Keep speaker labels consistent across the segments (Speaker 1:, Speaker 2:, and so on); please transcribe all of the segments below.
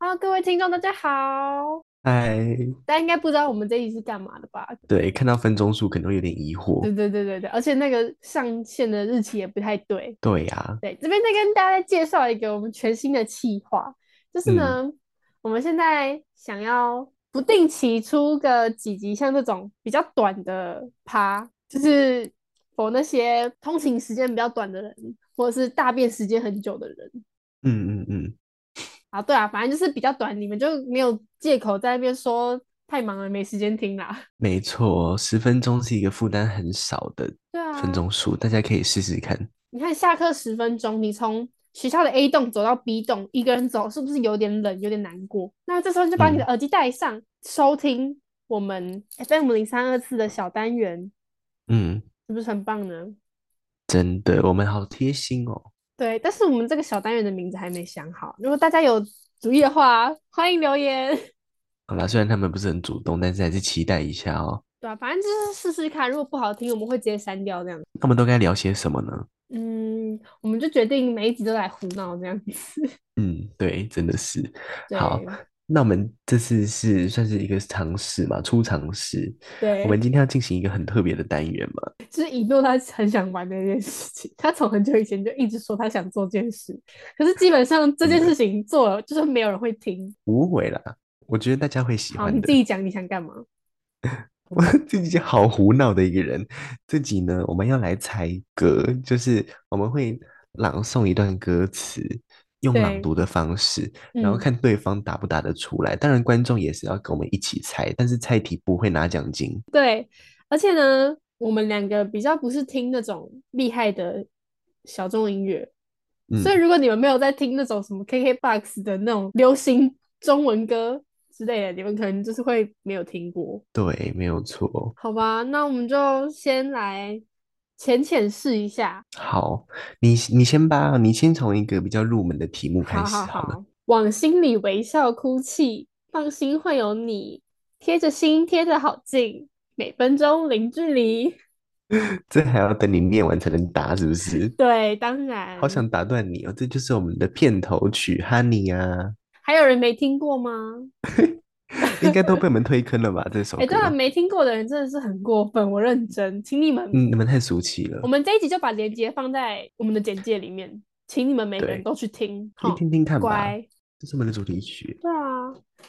Speaker 1: Hello，各位啊听众，大家好。
Speaker 2: 嗨，
Speaker 1: 大家应该不知道我们这一集是干嘛的吧？
Speaker 2: 对，看到分钟数可能会有点疑惑
Speaker 1: 对。对对对对，而且那个上线的日期也不太对。
Speaker 2: 对呀、
Speaker 1: 对，这边再跟大家介绍一个我们全新的企划，就是呢，我们现在想要不定期出个几集，像这种比较短的趴，就是否那些通勤时间比较短的人，或者是大便时间很久的人。
Speaker 2: 嗯嗯嗯，
Speaker 1: 啊，对啊，反正就是比较短，你们就没有借口在那边说太忙了没时间听啦。
Speaker 2: 没错，十分钟是一个负担很少的
Speaker 1: 对啊，
Speaker 2: 分钟数，大家可以试试看。
Speaker 1: 你看下课十分钟，你从学校的 A 栋走到 B 栋，一个人走是不是有点冷，有点难过？那这时候你就把你
Speaker 2: 嗯
Speaker 1: 的耳机戴上，收听我们 FM 零三二四的小单元，
Speaker 2: 嗯，
Speaker 1: 是不是很棒呢？
Speaker 2: 真的，我们好贴心哦。
Speaker 1: 对，但是我们这个小单元的名字还没想好，如果大家有主意的话，欢迎留言。
Speaker 2: 好啦，虽然他们不是很主动，但是还是期待一下哦。
Speaker 1: 对啊，反正就是试试看，如果不好听，我们会直接删掉这样。
Speaker 2: 那我们都该聊些什么呢？
Speaker 1: 嗯，我们就决定每一集都来胡闹这样子。
Speaker 2: 嗯，对，真的是。
Speaker 1: 对
Speaker 2: 好那我们这次是算是一个尝试嘛，初尝试。
Speaker 1: 对，
Speaker 2: 我们今天要进行一个很特别的单元嘛，
Speaker 1: 就是一诺他很想玩的一件事情，他从很久以前就一直说他想做这件事，可是基本上这件
Speaker 2: 嗯
Speaker 1: 事情做了就是没有人会听。
Speaker 2: 无悔啦，我觉得大家会喜
Speaker 1: 好，
Speaker 2: 欢
Speaker 1: 你
Speaker 2: 的
Speaker 1: 自。己讲你想干嘛？
Speaker 2: 我自己好胡闹的一个人。这集呢，我们要来猜歌，就是我们会朗诵一段歌词，用
Speaker 1: 对
Speaker 2: 朗读的方式，然后
Speaker 1: 嗯
Speaker 2: 看对方答不答得出来。当然，观众也是要跟我们一起猜，但是猜题不会拿奖金。
Speaker 1: 对，而且呢，我们两个比较不是听那种厉害的小众音乐，所以
Speaker 2: 嗯，
Speaker 1: 如果你们没有在听那种什么 KKBOX 的那种流行中文歌之类的，你们可能就是会没有听过。
Speaker 2: 对，没有错。
Speaker 1: 好吧，那我们就先来浅浅试一下。
Speaker 2: 好，你你先吧，你先从一个比较入门的题目开
Speaker 1: 好
Speaker 2: 始
Speaker 1: 好
Speaker 2: 好了。
Speaker 1: 好，往心里微笑哭泣，放心会有你，贴着心贴得好近，每分钟零距离。
Speaker 2: 这还要等你念完才能答，是 不是？
Speaker 1: 对，当然。
Speaker 2: 好想打断你哦，这就是我们的片头曲《Honey》啊。
Speaker 1: 还有人没听过吗？
Speaker 2: 应该都被我们推坑了吧？这首
Speaker 1: 哎，对啊，
Speaker 2: 歌，
Speaker 1: 没听过的人真的是很过分，我认真，请你们，
Speaker 2: 嗯，你们太俗气了
Speaker 1: 我，们这一集就把链接放在我们的简介里面，请你们每个人
Speaker 2: 对
Speaker 1: 都去听，
Speaker 2: 你
Speaker 1: 好，
Speaker 2: 听听看吧，
Speaker 1: 乖。
Speaker 2: 这是我们的主题曲，
Speaker 1: 对啊，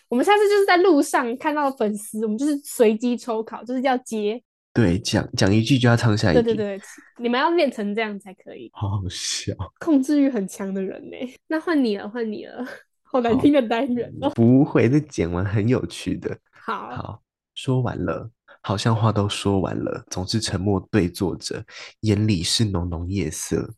Speaker 1: 我们下次就是在路上看到粉丝，我们就是随机抽考，就是要接。
Speaker 2: 对，讲讲一句就要唱下哎一
Speaker 1: 对
Speaker 2: 句，
Speaker 1: 对，对，你们要练成这样才可以，
Speaker 2: 好好笑，
Speaker 1: 控制欲很强的人呢、 那换你了，换你了， 好难
Speaker 2: 好
Speaker 1: 听的单元哦。
Speaker 2: 不会，这讲完很有趣的，
Speaker 1: 好，
Speaker 2: 好，说完了，好像话都说完了，总是沉默对坐着，眼里是浓浓夜色，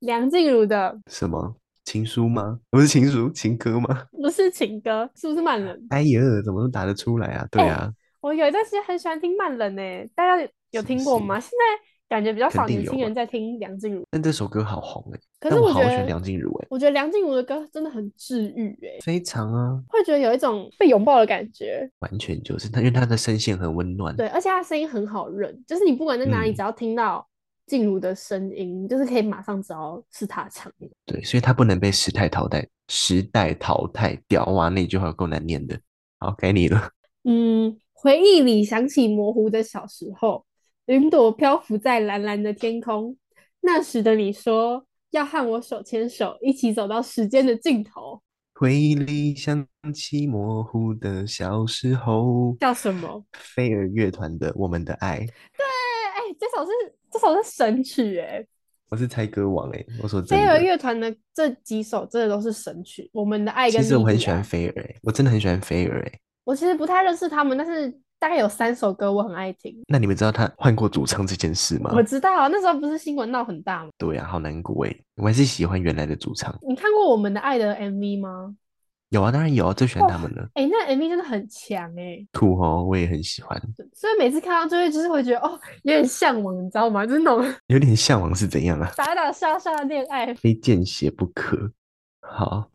Speaker 1: 梁静茹的
Speaker 2: 什么情书吗？不是情书，情歌吗？
Speaker 1: 不是情歌，是不是慢冷？
Speaker 2: 哎呀，怎么都答得出来啊？对
Speaker 1: 哎
Speaker 2: 啊，
Speaker 1: 我有一段时间很喜欢听慢冷呢、大家有有
Speaker 2: 是不
Speaker 1: 听过
Speaker 2: 是
Speaker 1: 吗？现在感觉比较
Speaker 2: 肯
Speaker 1: 少
Speaker 2: 定
Speaker 1: 年
Speaker 2: 有
Speaker 1: 轻
Speaker 2: 吧
Speaker 1: 人在听梁静茹，
Speaker 2: 但这首歌好红哎，
Speaker 1: 可
Speaker 2: 但
Speaker 1: 是
Speaker 2: 我
Speaker 1: 我
Speaker 2: 好
Speaker 1: 觉
Speaker 2: 喜欢
Speaker 1: 得
Speaker 2: 梁静茹哎，
Speaker 1: 我觉得梁静茹的歌真的很治愈诶、
Speaker 2: 非常啊，
Speaker 1: 会觉得有一种被拥抱的感觉。
Speaker 2: 完全就是他，因为他的声线很温暖。
Speaker 1: 对，而且他声音很好认，就是你不管在哪里，
Speaker 2: 嗯
Speaker 1: 只要听到静茹的声音，你就是可以马上知道是他唱的。
Speaker 2: 对，所以它不能被时代淘汰，时代淘汰掉。哇，那句话有够难念的。好，该你了。
Speaker 1: 嗯，回忆里想起模糊的小时候，云朵漂浮在蓝蓝的天空。那时的你说要和我手牵手，一起走到时间的尽头，
Speaker 2: 回忆里想起模糊的小时候，
Speaker 1: 叫什么？
Speaker 2: 飞儿乐团的《我们的爱》，
Speaker 1: 哎、哎，这首是这首是神曲哎、
Speaker 2: 我是猜歌王哎、我说真
Speaker 1: 飞儿
Speaker 2: 的，
Speaker 1: 乐团的这几首真的都是神曲，《我们的啊爱》
Speaker 2: 其
Speaker 1: 跟《莉
Speaker 2: 实我很
Speaker 1: 莉
Speaker 2: 喜
Speaker 1: 安
Speaker 2: 欢飞儿、欸，我真的很喜欢飞儿哎、
Speaker 1: 我其实不太认识他们，但是大概有三首歌我很爱听。
Speaker 2: 那你们知道他换过主唱这件事吗
Speaker 1: 我？知道啊，那时候不是新闻闹很大吗？
Speaker 2: 对呀、好难过哎、我还是喜欢原来的主唱。
Speaker 1: 你看过我们的爱的 MV 吗？
Speaker 2: 有啊，当然有啊，最喜欢他们了。
Speaker 1: 哎、那 MV 真的很强哎、
Speaker 2: 土哦，我也很喜欢。
Speaker 1: 所以每次看到就会就是会觉得哦，有点向往，你知道吗？就是那种
Speaker 2: 有点向往是怎样啊？
Speaker 1: 打打杀杀的恋爱。
Speaker 2: 非见血不可。好，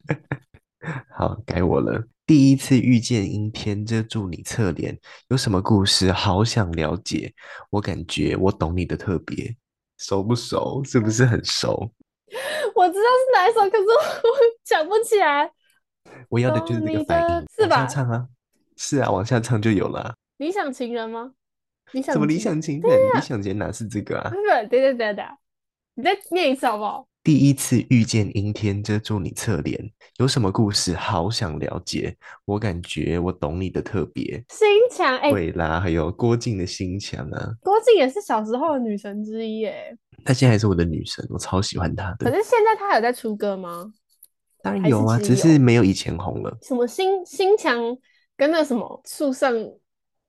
Speaker 2: 好，该我了。第一次遇见阴天，遮住你侧脸，有什么故事？好想了解。我感觉我懂你的特别，熟不熟？是不是很熟？
Speaker 1: 我知道是哪一首，可是我想不起来。
Speaker 2: 我要的就是这
Speaker 1: 懂
Speaker 2: 个
Speaker 1: 你
Speaker 2: 反
Speaker 1: 的
Speaker 2: 应，
Speaker 1: 是
Speaker 2: 往下
Speaker 1: 吧
Speaker 2: 唱啊，是啊，往下唱就有了啊。
Speaker 1: 理想情人吗？理
Speaker 2: 什么
Speaker 1: 想
Speaker 2: 理
Speaker 1: 情人
Speaker 2: 想情人？理想情人哪是这个啊
Speaker 1: 不？是，等等等等，你再念一次好不好？
Speaker 2: 第一次遇见阴天遮住你侧脸，有什么故事？好想了解，我感觉我懂你的特别。
Speaker 1: 心墙，哎、
Speaker 2: 对啦，还有郭靖的心墙啊，
Speaker 1: 郭靖也是小时候的女神之一哎，
Speaker 2: 她现在还是我的女神，我超喜欢她
Speaker 1: 可
Speaker 2: 的。
Speaker 1: 是现在她还有在出歌吗？
Speaker 2: 当然
Speaker 1: 还是
Speaker 2: 有啊，
Speaker 1: 只
Speaker 2: 只
Speaker 1: 有
Speaker 2: 是没有以前红了。
Speaker 1: 什么心心墙跟那什么树上，
Speaker 2: 嗯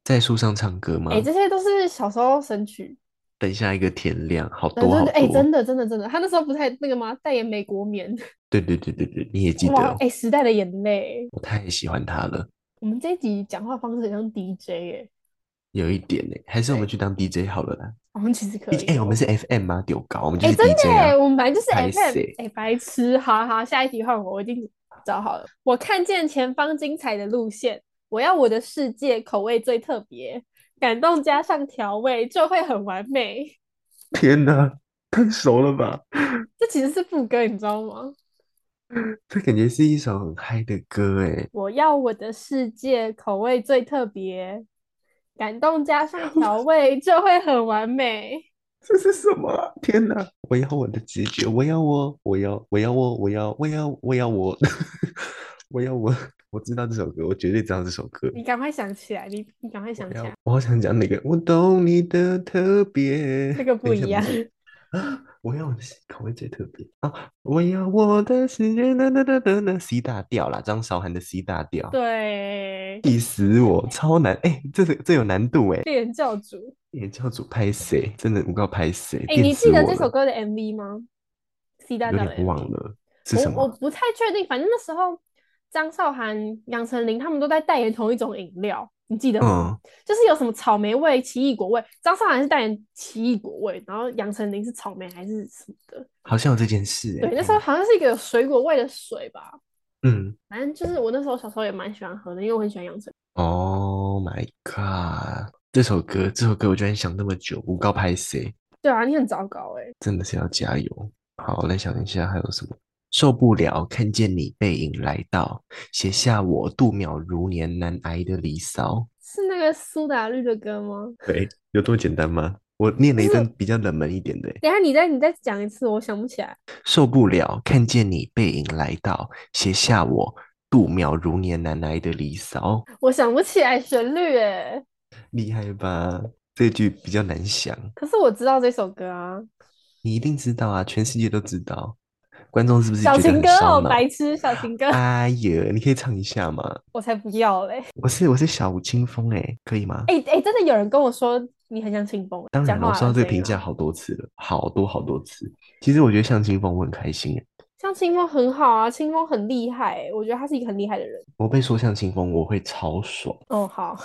Speaker 2: 在树上唱歌吗
Speaker 1: 哎、？这些都是小时候神曲。
Speaker 2: 等下一个天亮，好
Speaker 1: 对
Speaker 2: 多
Speaker 1: 对
Speaker 2: 好
Speaker 1: 对，哎、
Speaker 2: 多。
Speaker 1: 真的真的真的，她那时候不太那个吗？代言美国棉，
Speaker 2: 对对对对对，你也记得
Speaker 1: 哇，
Speaker 2: 哦，
Speaker 1: 哎、时代的眼泪。
Speaker 2: 我太喜欢她了，
Speaker 1: 我们这一集讲话方式很像 DJ 哎，
Speaker 2: 有一点呢。还是我们
Speaker 1: 对
Speaker 2: 去当 DJ 好了啦。
Speaker 1: 我们其实可
Speaker 2: 毕
Speaker 1: 以
Speaker 2: 竟哎，我
Speaker 1: 哦
Speaker 2: 们是 FM 吗？丢高，我们就
Speaker 1: 哎、
Speaker 2: 是
Speaker 1: 真的
Speaker 2: DJ 啊
Speaker 1: 哎，。我们本来就是
Speaker 2: 拍
Speaker 1: FM，
Speaker 2: 谁
Speaker 1: 哎、白痴，好啊好啊，下一题换我，我已经找好了。我看见前方精彩的路线，我要我的世界口味最特别，感动加上调味就会很完美。
Speaker 2: 天哪，太熟了吧！
Speaker 1: 这其实是副歌，你知道吗？
Speaker 2: 这感觉是一首很嗨的歌哎诶，
Speaker 1: 我要我的世界口味最特别，感动加上调味就会很完美。
Speaker 2: 这是什么啊？天哪！我要我的直觉，我要我，我要我要我，我要我要我要我， 我要我，我知道这首歌，我绝对知道这首歌。
Speaker 1: 你赶快想起来，你你赶快想
Speaker 2: 我
Speaker 1: 起
Speaker 2: 要
Speaker 1: 来，，
Speaker 2: 我好想讲那个，我懂你的特别。
Speaker 1: 这个不
Speaker 2: 等
Speaker 1: 一
Speaker 2: 下
Speaker 1: 样。
Speaker 2: 不是啊，我要我的口味最特别啊！我要我的世界，哒哒哒哒哒，C 大调啦，张韶涵的 C 大调，
Speaker 1: 对，
Speaker 2: 气死我，超难！哎、这是这有难度诶。
Speaker 1: 恋人教主。
Speaker 2: 也教主拍谁？真的，我告拍谁？
Speaker 1: 哎、
Speaker 2: 电
Speaker 1: 你
Speaker 2: 死
Speaker 1: 记得
Speaker 2: 我
Speaker 1: 这首
Speaker 2: 了，
Speaker 1: 歌的 MV 吗？C 大
Speaker 2: 有
Speaker 1: 大的
Speaker 2: 点
Speaker 1: MV，
Speaker 2: 忘了是什
Speaker 1: 我我
Speaker 2: 么。
Speaker 1: 不太确定，反正那时候张韶涵、杨丞琳他们都在代言同一种饮料，你记得吗？
Speaker 2: 嗯，
Speaker 1: 就是有什么草莓味、奇异果味，张韶涵是代言奇异果味，然后杨丞琳是草莓还是什么的？
Speaker 2: 好像有这件事哎、
Speaker 1: 对，那时
Speaker 2: 天
Speaker 1: 候
Speaker 2: 哪
Speaker 1: 好像是一个有水果味的水吧，
Speaker 2: 嗯
Speaker 1: 反正就是我那时候小时候也蛮喜欢喝的，因为我很喜欢杨丞琳。
Speaker 2: ，Oh my god，这首歌，这首歌我居然想那么久，我告拍谁？
Speaker 1: 对啊，你很糟糕哎、
Speaker 2: 真的是要加油。好，我来想一下还有什么。受不了，看见你背影来到，写下我度秒如年难挨的离骚。
Speaker 1: 是那个苏打绿的歌吗？
Speaker 2: 对，有这么简单吗？我念了一
Speaker 1: 不是
Speaker 2: 段比较冷门一点的欸、
Speaker 1: 等一下你再你再讲一次，我想不起来。
Speaker 2: 受不了，看见你背影来到，写下我度秒如年难挨的离骚，
Speaker 1: 我想不起来旋律哎，
Speaker 2: 厉害吧？这句比较难想，
Speaker 1: 可是我知道这首歌啊，
Speaker 2: 你一定知道啊，全世界都知道。观众是不是
Speaker 1: 小
Speaker 2: 觉得
Speaker 1: 情
Speaker 2: 很
Speaker 1: 歌
Speaker 2: 烧
Speaker 1: 哦，
Speaker 2: 脑？
Speaker 1: 白痴，小情歌，
Speaker 2: 哎呀，你可以唱一下吗？
Speaker 1: 我才不要嘞！
Speaker 2: 我是我是小清风哎、可以吗？
Speaker 1: 哎、哎、真的有人跟我说你很像清风，欸
Speaker 2: 当
Speaker 1: 讲
Speaker 2: 然了，我
Speaker 1: 话
Speaker 2: 收到
Speaker 1: 的
Speaker 2: 这个
Speaker 1: 声音
Speaker 2: 评
Speaker 1: 啊
Speaker 2: 价，好多次了，好多好多次。其实我觉得像清风我很开心、欸，
Speaker 1: 像清风很好啊，清风很厉害欸、我觉得他是一个很厉害的人。
Speaker 2: 我被说像清风我会超爽。
Speaker 1: 哦，好，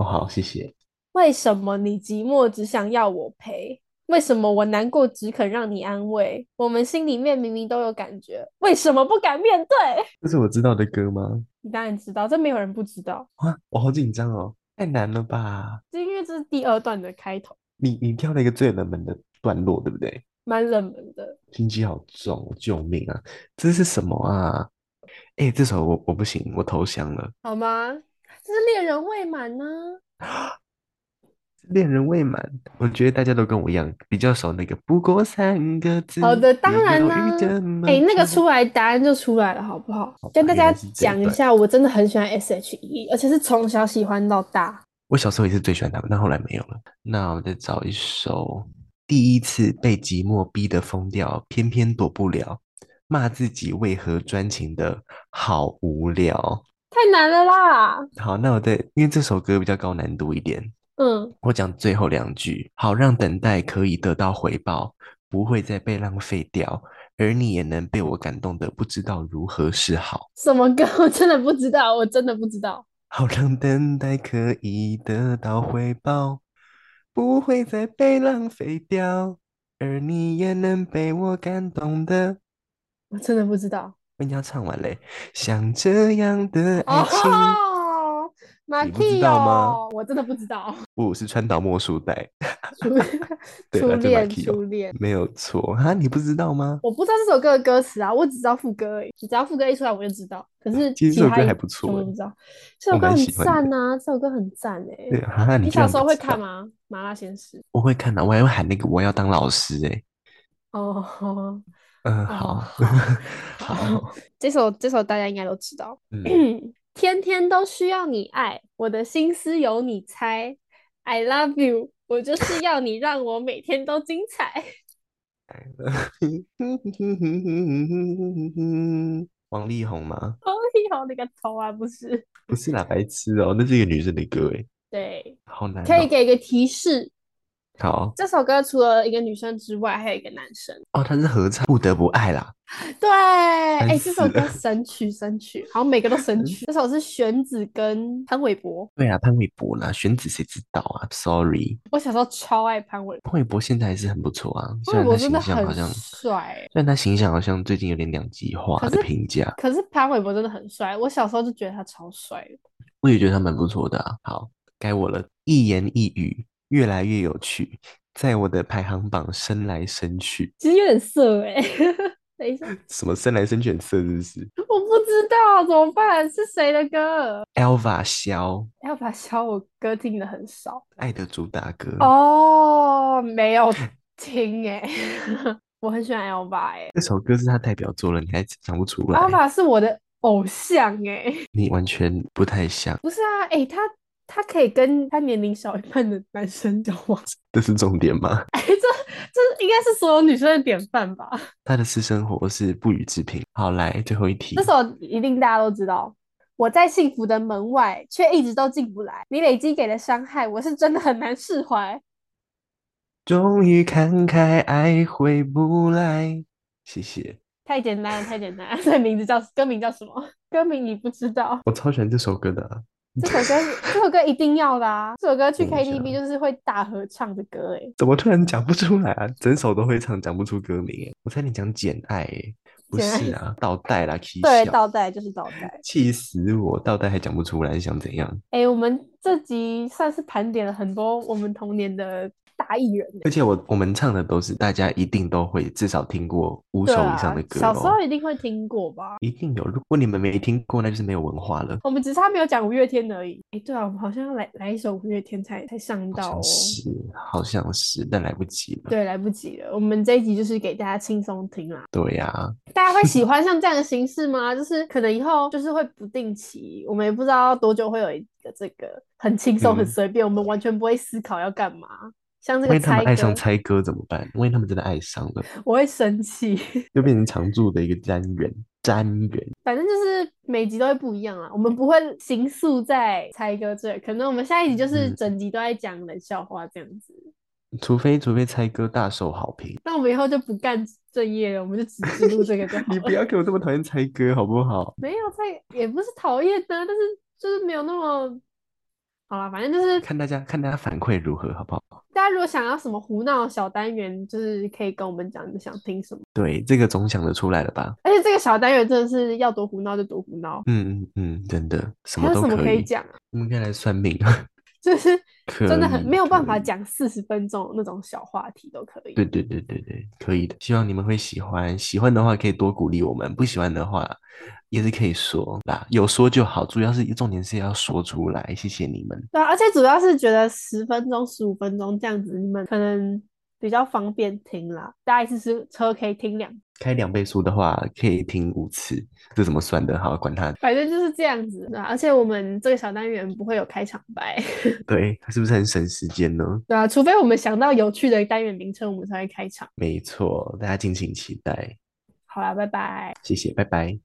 Speaker 2: 哦，好，谢谢。
Speaker 1: 为什么你寂寞只想要我陪？为什么我难过只肯让你安慰？我们心里面明明都有感觉，为什么不敢面对？
Speaker 2: 这是我知道的歌吗？
Speaker 1: 你当然知道，这没有人不知道。
Speaker 2: 哇，我好紧张哦，太难了吧？
Speaker 1: 这因为这是第二段的开头，
Speaker 2: 你你挑了一个最冷门的段落，对不对？
Speaker 1: 蛮冷门的。
Speaker 2: 心机好重，救命啊！这是什么啊？哎，这首我我不行，我投降了。
Speaker 1: 好吗？这是恋人未满呢、
Speaker 2: 恋人未满，我觉得大家都跟我一样，比较熟那个。不过三个字，
Speaker 1: 好的当
Speaker 2: 也
Speaker 1: 然
Speaker 2: 犹豫
Speaker 1: 啦
Speaker 2: 这么
Speaker 1: 哎、那个
Speaker 2: 久
Speaker 1: 出来答案就出来了，好不好？
Speaker 2: 好吧
Speaker 1: 跟大
Speaker 2: 原
Speaker 1: 家
Speaker 2: 来是这一
Speaker 1: 讲一
Speaker 2: 段
Speaker 1: 下，我真的很喜欢 S.H.E，而且是从小喜欢到大。
Speaker 2: 我小时候也是最喜欢他们，但后来没有了。那我再找一首，第一次被寂寞逼得疯掉，偏偏躲不了，骂自己为何专情的好无聊。
Speaker 1: 太难了啦！
Speaker 2: 好，那我再，因为这首歌比较高难度一点，
Speaker 1: 嗯，
Speaker 2: 我讲最后两句，好让等待可以得到回报，不会再被浪费掉，而你也能被我感动的不知道如何是好。
Speaker 1: 什么歌我真的不知道，我真的不知道。
Speaker 2: 好让等待可以得到回报，不会再被浪费掉，而你也能被我感动哎的。
Speaker 1: 我真的不知道
Speaker 2: 人家唱完嘞，像这样的爱情，
Speaker 1: 哦，马
Speaker 2: 你不知道吗
Speaker 1: Kio，我真的不知 道。
Speaker 2: 不哦是川岛茉树代，
Speaker 1: 初
Speaker 2: 对
Speaker 1: 初
Speaker 2: 啦就马哦
Speaker 1: 恋，
Speaker 2: Kio
Speaker 1: 初恋，
Speaker 2: 没有错啊，你不知道吗？
Speaker 1: 我不知道这首歌的歌词啊，我只知道副歌而已，只要副歌一出来我就知道。可是
Speaker 2: 其
Speaker 1: 其嗯
Speaker 2: 实这首
Speaker 1: 他
Speaker 2: 歌
Speaker 1: 一
Speaker 2: 还不错
Speaker 1: 全部
Speaker 2: 欸
Speaker 1: 都不知道。这
Speaker 2: 我
Speaker 1: 首歌
Speaker 2: 蛮
Speaker 1: 很
Speaker 2: 喜欢的
Speaker 1: 赞啊，这首歌很赞哎、
Speaker 2: 对啊，你
Speaker 1: 你
Speaker 2: 居
Speaker 1: 小
Speaker 2: 然
Speaker 1: 时
Speaker 2: 不
Speaker 1: 候会
Speaker 2: 知
Speaker 1: 看
Speaker 2: 道？
Speaker 1: 吗？麻辣鲜师。
Speaker 2: 我会看的，我还会喊那个我要当老师哎、
Speaker 1: 哦
Speaker 2: 嗯，
Speaker 1: 哦，
Speaker 2: 好，
Speaker 1: 好好，
Speaker 2: 好，
Speaker 1: 这首这首大家应该都知道。
Speaker 2: 嗯，
Speaker 1: 天天都需要你爱，我的心思有你猜。I love you，我就是要你让我每天都精彩。
Speaker 2: 王力宏吗？
Speaker 1: 哦哟，那个头啊，不是。
Speaker 2: 不是啦， 白痴哦，那是一个女生的歌哎，
Speaker 1: 对，
Speaker 2: 好难
Speaker 1: 可以
Speaker 2: 哦。
Speaker 1: 给一个提示，
Speaker 2: 好
Speaker 1: 这首歌除了一个女生之外，还有一个男生。
Speaker 2: 哦，他是合唱《不得不爱》啦，
Speaker 1: 对，哎、
Speaker 2: 烦
Speaker 1: 这
Speaker 2: 死
Speaker 1: 首歌
Speaker 2: 了嗯
Speaker 1: 神曲神曲，好像每个都神曲。这首是玄子跟潘玮柏，
Speaker 2: 对啊，潘玮柏啦，玄子谁知道啊？Sorry，
Speaker 1: 我小时候超爱潘玮柏，
Speaker 2: 潘玮柏现在还是很不错啊，虽
Speaker 1: 潘玮
Speaker 2: 然他
Speaker 1: 柏真
Speaker 2: 形
Speaker 1: 的
Speaker 2: 象好
Speaker 1: 很
Speaker 2: 像，
Speaker 1: 帅、
Speaker 2: 虽然他形象好像最近有点两极化
Speaker 1: 可
Speaker 2: 的
Speaker 1: 是
Speaker 2: 评价，
Speaker 1: 可是潘玮柏真的很帅，我小时候就觉得他超帅的。
Speaker 2: 我也觉得他蛮不错的啊。好，该我了，一言一语越来越有趣，在我的排行榜升来升去，
Speaker 1: 其实有点色哎、 等一下，
Speaker 2: 什么升来升去很色是不是
Speaker 1: 我不知道怎么办，是谁的歌？
Speaker 2: ？Elva 萧，
Speaker 1: 要把小我歌听的很少
Speaker 2: 爱的主打歌，
Speaker 1: 哦，没有听哎、 我很喜欢 Elva 哎、
Speaker 2: 这首歌是他代表作了，你还想不出来？
Speaker 1: Alpha 是我的偶像哎、
Speaker 2: 你完全不太像，
Speaker 1: 不是啊哎、他他可以跟他年龄小一半的男生交往，
Speaker 2: 这是重点吗？
Speaker 1: 哎、这这应该是所有女生的典范吧？
Speaker 2: 他的私生活是不予置评。好，来最后一题
Speaker 1: 这，首一定大家都知道。我在幸福的门外，却一直都进不来。你累积给的伤害，我是真的很难释怀。
Speaker 2: 终于看开，爱回不来。谢谢，
Speaker 1: 太简单了，太简单了。 这名字叫歌名叫什么？歌名你不知道？
Speaker 2: 我超喜欢这首歌的啊、
Speaker 1: 这首歌是，这首歌一定要的啊！这首歌去
Speaker 2: 等一下
Speaker 1: KTV 就是会大合唱的歌诶、
Speaker 2: 怎么突然讲不出来啊？整首都会唱，讲不出歌名耶。我猜你讲《简爱》耶，不
Speaker 1: 简爱
Speaker 2: 是啊，倒带啦，K
Speaker 1: 对，
Speaker 2: 笑，
Speaker 1: 倒带就是倒带。
Speaker 2: 气死我，倒带还讲不出来，你想怎样？
Speaker 1: 诶、哎我们这集算是盘点了很多我们童年的大艺人、欸。
Speaker 2: 而且我我们唱的都是大家一定都会至少听过五
Speaker 1: 对
Speaker 2: 首以上
Speaker 1: 啊
Speaker 2: 的，歌
Speaker 1: 小时
Speaker 2: 哦，
Speaker 1: 候一定会听过吧？
Speaker 2: 一定有。如果你们没听过，那就是没有文化了，
Speaker 1: 我们只差没有讲五月天而已。诶、对啊，我们好像要来来一首五月天才才上
Speaker 2: 好
Speaker 1: 到
Speaker 2: 像
Speaker 1: 哦。
Speaker 2: 是，好像是，但来不及了。
Speaker 1: 对，来不及了。我们这一集就是给大家轻松听啦。
Speaker 2: 对啊呀、
Speaker 1: 大家会喜欢像这样的形式吗？就是可能以后就是会不定期，我们也不知道多久会有一个这个很轻松、很
Speaker 2: 嗯
Speaker 1: 随便，我们完全不会思考要干嘛。像这个
Speaker 2: 万一他们
Speaker 1: 猜
Speaker 2: 爱上
Speaker 1: 歌，
Speaker 2: 猜歌怎么办？万一他们真的爱上了，
Speaker 1: 我会生气。
Speaker 2: 就变成常驻的一个单元，单元。
Speaker 1: 反正就是每集都会不一样啊，我们不会形塑在猜歌这，可能我们下一集就是
Speaker 2: 嗯
Speaker 1: 整集都在讲冷笑话这样子。
Speaker 2: 除非除非猜歌大受好评。
Speaker 1: 那我们以后就不干正业了，我们就只只录这个就好
Speaker 2: 你
Speaker 1: 了
Speaker 2: 不。要给我这么讨厌猜歌好不好？
Speaker 1: 没有在，也不是讨厌的，但是就是没有那么好啦，反正就是
Speaker 2: 看大家看大家反馈如何好不好？
Speaker 1: 大家如果想要什么胡闹小单元，就是可以跟我们讲你们想听什么。
Speaker 2: 对，这个总想得出来了吧？
Speaker 1: 而且这个小单元真的是要多胡闹就多胡闹，
Speaker 2: 嗯嗯嗯，真的什
Speaker 1: 还
Speaker 2: 么
Speaker 1: 有
Speaker 2: 都
Speaker 1: 什么
Speaker 2: 可
Speaker 1: 可以
Speaker 2: 以。
Speaker 1: 讲啊？
Speaker 2: 我们应该来算命，
Speaker 1: 就是
Speaker 2: 可
Speaker 1: 真的很
Speaker 2: 以
Speaker 1: 没有办法
Speaker 2: 可以
Speaker 1: 讲四十分钟那种小话题都可以。
Speaker 2: 对对对对对，可以的。希望你们会喜欢，喜欢的话可以多鼓励我们，不喜欢的话也是可以说啦，有说就好，主要是重点是要说出来。谢谢你们，
Speaker 1: 对啊，而且主要是觉得十分钟、十五分钟这样子，你们可能比较方便听啦。大家一次是车可以听两，
Speaker 2: 开两倍速的话可以听五次，这怎么算的？好，管他。
Speaker 1: 反正就是这样子。对啊而且我们这个小单元不会有开场白，
Speaker 2: 对，是不是很省时间呢？
Speaker 1: 对啊，除非我们想到有趣的单元名称，我们才会开场。
Speaker 2: 没错，大家敬请期待。
Speaker 1: 好啦，拜拜。
Speaker 2: 谢谢，拜拜。